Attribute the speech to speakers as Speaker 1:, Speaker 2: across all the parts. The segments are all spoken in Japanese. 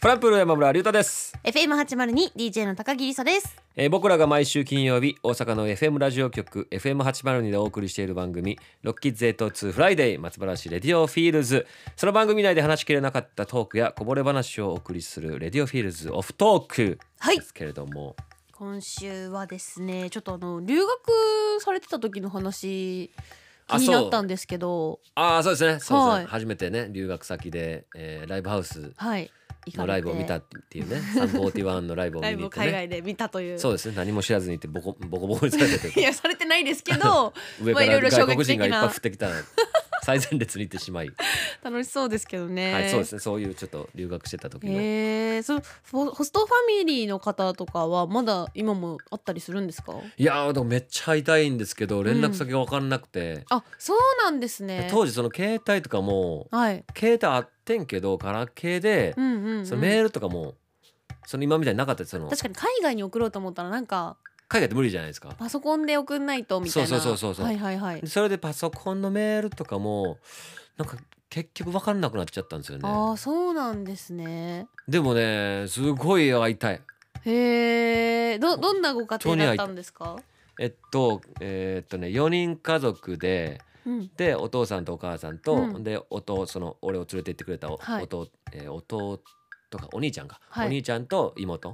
Speaker 1: トランプの山村隆太です、
Speaker 2: FM802 DJ の高木りさです
Speaker 1: えー僕らが毎週金曜日大阪の FM ラジオ局 FM802 でお送りしている番組「ロッキーズ802フライデー松原市レディオフィールズ」その番組内で話しきれなかったトークやこぼれ話をお送りする「レディオフィールズオフトーク」
Speaker 2: はい
Speaker 1: ですけれども、
Speaker 2: 今週はですねちょっとあの留学されてた時の話気
Speaker 1: あ
Speaker 2: に
Speaker 1: そう
Speaker 2: なったんですけど
Speaker 1: ああそうですねそうですね、
Speaker 2: はい
Speaker 1: 初めてね留学先で、えーライブハウス
Speaker 2: はい行
Speaker 1: の
Speaker 2: か
Speaker 1: ラ
Speaker 2: れて
Speaker 1: イブを見たっていうね341のライブを見
Speaker 2: ライ
Speaker 1: に
Speaker 2: ブ
Speaker 1: 行
Speaker 2: を
Speaker 1: ってね
Speaker 2: 海外で見たという
Speaker 1: そうですね何も知らずに行ってボコボコボコにされてて
Speaker 2: いやされてないですけど
Speaker 1: 上
Speaker 2: ま
Speaker 1: か
Speaker 2: あいろい
Speaker 1: ら
Speaker 2: ろ
Speaker 1: 外
Speaker 2: 衝
Speaker 1: 国
Speaker 2: 撃
Speaker 1: 人
Speaker 2: 的
Speaker 1: がいっぱい
Speaker 2: な
Speaker 1: 降ってきた最前列に行ってしまい、
Speaker 2: 楽しそうですけどね
Speaker 1: はい、そうですねそういうちょっと留学してた時の、
Speaker 2: えー、そのホホストファミリーの方とかはまだ今もあったりするんですか
Speaker 1: いやーでもめっちゃ会いたいんですけど連絡先が分かんなくて、
Speaker 2: あそうなんですね
Speaker 1: 当時その携帯とかも
Speaker 2: はい
Speaker 1: 携帯あってんけどガラケーで
Speaker 2: う、んうん、うん、
Speaker 1: そのメールとかもその今みたいになかったですその
Speaker 2: 確かに海外に送ろうと思ったらなんか
Speaker 1: 海外って無理じゃないですか。
Speaker 2: パソコンで送んないとみたいな
Speaker 1: そうそうそうそう
Speaker 2: はいはいはい、
Speaker 1: でそれでパソコンのメールとかもなんか結局分かんなくなっちゃったんですよね
Speaker 2: ああそうなんですね
Speaker 1: でもねすごい会いたい
Speaker 2: へえどどんなご家庭だったんですか
Speaker 1: えっとえーっとね4人家族で
Speaker 2: うん
Speaker 1: でお父さんとお母さんと、
Speaker 2: うん
Speaker 1: でおとその俺を連れて行ってくれたお、
Speaker 2: はい
Speaker 1: 弟えー弟かお兄ちゃんか、
Speaker 2: はい
Speaker 1: お兄ちゃんと妹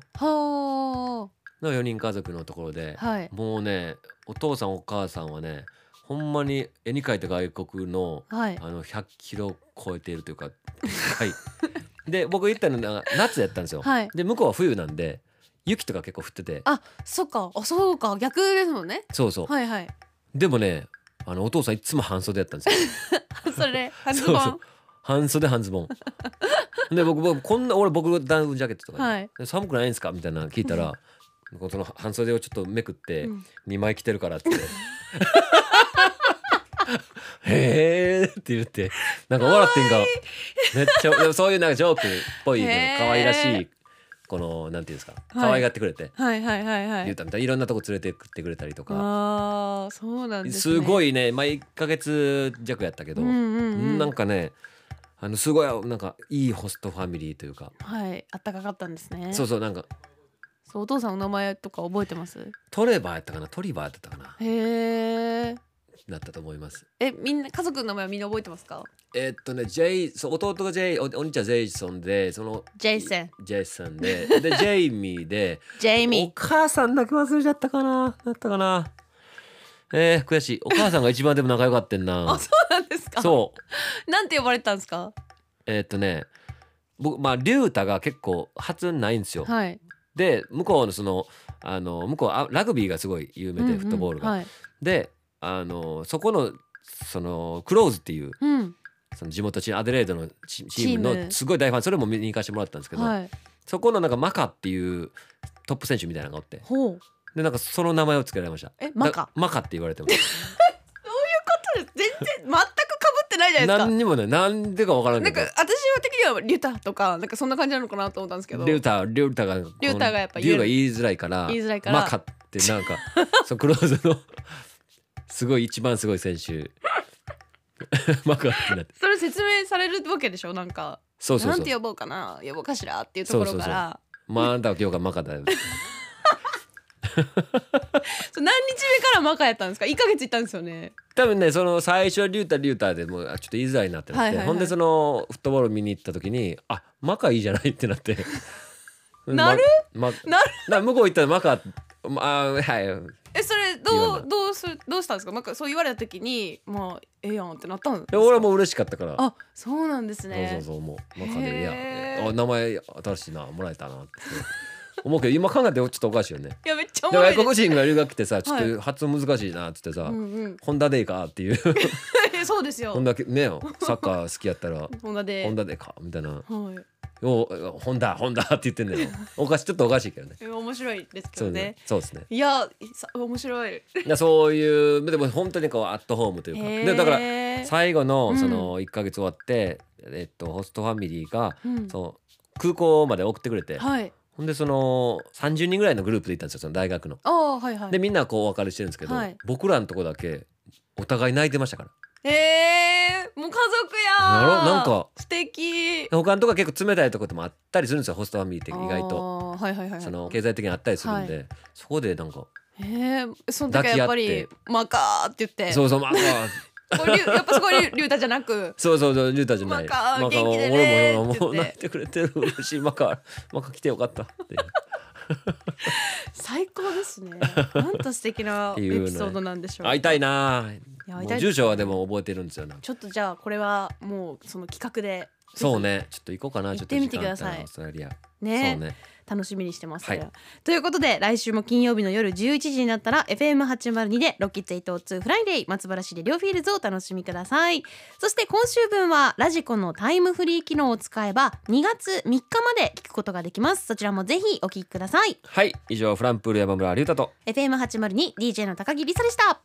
Speaker 2: は
Speaker 1: の4人家族のところで、
Speaker 2: あはい
Speaker 1: もうねお父さんお母さんはねほんまに絵に描いた外国の
Speaker 2: はい
Speaker 1: あの100キロ超えているというかはい で僕行ったのが夏やったんですよ、
Speaker 2: はい
Speaker 1: で向こうは冬なんで雪とか結構降ってて
Speaker 2: あそっかあそうか逆ですもんね
Speaker 1: そうそう、
Speaker 2: はいはい
Speaker 1: でもねあのお父さんいつも半袖やったんですよ
Speaker 2: それ半ズ
Speaker 1: そう
Speaker 2: ボ
Speaker 1: そ
Speaker 2: ン
Speaker 1: う半袖半ズボ ンで僕僕こんな俺僕ダウンジャケットとかね、
Speaker 2: はい
Speaker 1: で寒くないんですかみたいなの聞いたらその半袖をちょっとめくって
Speaker 2: うん
Speaker 1: 2枚着てるからって へーって言ってなんか笑ってんかめっちゃでもそういうなんかジョークっぽいね
Speaker 2: へー
Speaker 1: 可愛らしいこのなんていうんですか
Speaker 2: い
Speaker 1: 可愛がってくれて、
Speaker 2: はいはいはいは
Speaker 1: 言う
Speaker 2: い
Speaker 1: たみたいないろんなとこ連れてってくれたりとか
Speaker 2: ああそうなんですすね
Speaker 1: ご
Speaker 2: い
Speaker 1: いねまあ1ヶ月弱やったけど、
Speaker 2: うんうん、うん、
Speaker 1: なんかねあのすごいなんかいいホストファミリーというか、
Speaker 2: はいあったかかったんですね
Speaker 1: そうそ
Speaker 2: そう
Speaker 1: うなんか
Speaker 2: お父さんお名前とか覚えてます
Speaker 1: トレバーやったかなトリバーやったかな
Speaker 2: へえ
Speaker 1: だったと思います
Speaker 2: えみんな家族の名前はみんな覚えてますか
Speaker 1: えーっとねジェイそう弟がジェイおお兄ちゃんジェイソンでその
Speaker 2: ジェイ セン
Speaker 1: ジェイソンで でジェイミーで
Speaker 2: ジェイ
Speaker 1: お
Speaker 2: ミ
Speaker 1: 母さんだけ忘れちゃったかなだったかなえー、悔しいお母さんが一番でも仲良かったん
Speaker 2: ー あ
Speaker 1: な
Speaker 2: そうなんですか
Speaker 1: そう
Speaker 2: なんて呼ばれてたんですか
Speaker 1: えーっとね僕まあリュウタが結構発音ないんですよ、
Speaker 2: はい
Speaker 1: で向こうのそのあの向こうあラグビーがすごい有名で、フットボールが、
Speaker 2: うんうんはい
Speaker 1: であのそこのそのクローズっていう
Speaker 2: うん
Speaker 1: その地元チームアデレードのチチーム
Speaker 2: チー
Speaker 1: の
Speaker 2: ム
Speaker 1: すごい大ファンそれも見に行かせてもらったんですけど、
Speaker 2: はい
Speaker 1: そこのなんかマカっていうトップ選手みたいなのがおって
Speaker 2: ほう
Speaker 1: でなんかその名前を付けられました
Speaker 2: えマカ
Speaker 1: だマカって言われてます
Speaker 2: 全然全く被ってないじゃないですか
Speaker 1: 何にもね何でか分からん
Speaker 2: な
Speaker 1: け
Speaker 2: んか
Speaker 1: ど
Speaker 2: 私は的にはリュタとかなんかそんな感じなのかなと思ったんですけど
Speaker 1: リュウタリュウタがリ
Speaker 2: リュウタがやっぱ
Speaker 1: リュ
Speaker 2: 言
Speaker 1: ウ
Speaker 2: う
Speaker 1: が言いづらいから
Speaker 2: 言いづらいから
Speaker 1: マカってなん かそのクローズのすごい一番すごい選手 マカってなって
Speaker 2: それ説明されるわけでしょなんか
Speaker 1: そうそう
Speaker 2: な
Speaker 1: そ
Speaker 2: ん
Speaker 1: う
Speaker 2: て呼ぼうかな呼ぼうかしらっていうところから
Speaker 1: まああんたは今日がマカだよ
Speaker 2: そう何日目からマカやったんですか一ヶ月行ったんですよね
Speaker 1: 多分ねその最初はリュータリュータでもうあちょっと言いづらいなってなって、
Speaker 2: はいはいはい
Speaker 1: ほんでそのフットボール見に行った時にあマカいいじゃないってなって
Speaker 2: なる、
Speaker 1: まま
Speaker 2: なる
Speaker 1: な向こう行ったらマカまあはい
Speaker 2: えそれ
Speaker 1: 言わ
Speaker 2: ど
Speaker 1: な
Speaker 2: うどうすどうしたんですかなんかそう言われた時にまあええやんってなったんです
Speaker 1: で
Speaker 2: か
Speaker 1: 俺はもう嬉しかったから
Speaker 2: あそうなんですね
Speaker 1: そうそうそうもうマカでい
Speaker 2: へ
Speaker 1: や
Speaker 2: ー
Speaker 1: あ名前新しいなもらえたなって思うけど今考えてちょっとおかしいよね
Speaker 2: いやめっちゃお
Speaker 1: で
Speaker 2: もろい
Speaker 1: 外
Speaker 2: です
Speaker 1: 国人が留学来てさちょっ
Speaker 2: は
Speaker 1: と発音難しいなっつってさ、
Speaker 2: うんうん
Speaker 1: ホンダデイかっていう
Speaker 2: そうです
Speaker 1: ホ
Speaker 2: よ
Speaker 1: ンダね サッカー好きやったら
Speaker 2: ホンダで
Speaker 1: ホンダデイかみたいな
Speaker 2: はい
Speaker 1: おホンダホンダって言ってん だよおかしちょっとおかしいけどね
Speaker 2: え面白いですけ
Speaker 1: そ
Speaker 2: ど
Speaker 1: う
Speaker 2: ね
Speaker 1: ねそうですね
Speaker 2: いやさ面白い
Speaker 1: だからそういうでも本当にこうアットホームというか
Speaker 2: へー
Speaker 1: でだから最後
Speaker 2: う
Speaker 1: の
Speaker 2: ん
Speaker 1: その1ヶ月終わって、えっとホストファミリーが、
Speaker 2: うん
Speaker 1: そう空港まで送ってくれて、
Speaker 2: はい
Speaker 1: ほんでその30人ぐらいのグループで行ったんですよその大学の。
Speaker 2: ああはいは
Speaker 1: で
Speaker 2: い
Speaker 1: みんなこうお別れしてるんですけど、
Speaker 2: はい
Speaker 1: 僕らのとこだけお互い泣いてましたから
Speaker 2: えーもう家族や
Speaker 1: なるほどなんか
Speaker 2: 素敵
Speaker 1: 他のとこは結構冷たいとこでもあったりするんですよホストファミリーって意外と
Speaker 2: とはいはいはい
Speaker 1: その経済的にあったりするんで、そこでなんか
Speaker 2: えー、その時はや
Speaker 1: 抱
Speaker 2: っぱ
Speaker 1: き合
Speaker 2: り
Speaker 1: っ
Speaker 2: マカーって言って
Speaker 1: そうそうまあまあ
Speaker 2: これりゅやっぱそこりゅうたじゃなく
Speaker 1: そうそうそうリュウタじゃない
Speaker 2: マカ元気でね
Speaker 1: 俺も俺も
Speaker 2: って言
Speaker 1: もう
Speaker 2: って
Speaker 1: 泣いてくれてる嬉しいマカマカ来てよか ったっていう
Speaker 2: 最高です ねなんと素敵な
Speaker 1: って
Speaker 2: エ
Speaker 1: いうね
Speaker 2: ピソードなんでしょう
Speaker 1: 会いたいなぁ
Speaker 2: いや会
Speaker 1: も
Speaker 2: いた
Speaker 1: う
Speaker 2: い
Speaker 1: 住所はでも覚えてるんですよなんか
Speaker 2: ちょっとじゃあこれはもうその企画で
Speaker 1: そうねちょっと行こうかなちょっと
Speaker 2: 行ってみてくださ
Speaker 1: 時
Speaker 2: い
Speaker 1: 間あったらオーストラリア
Speaker 2: ね
Speaker 1: そうね
Speaker 2: 楽しみにしてます、
Speaker 1: はい
Speaker 2: ということで来週も金曜日の夜11時になったら FM802 で「ロッキッツ802フライデー松原市で両フィールズ」をお楽しみくださいそして今週分はラジコのタイムフリー機能を使えば2月3日まで聞くことができますそちらもぜひお聞きください
Speaker 1: はい以上フランプール山村隆太と
Speaker 2: FM802DJ の高木りさでした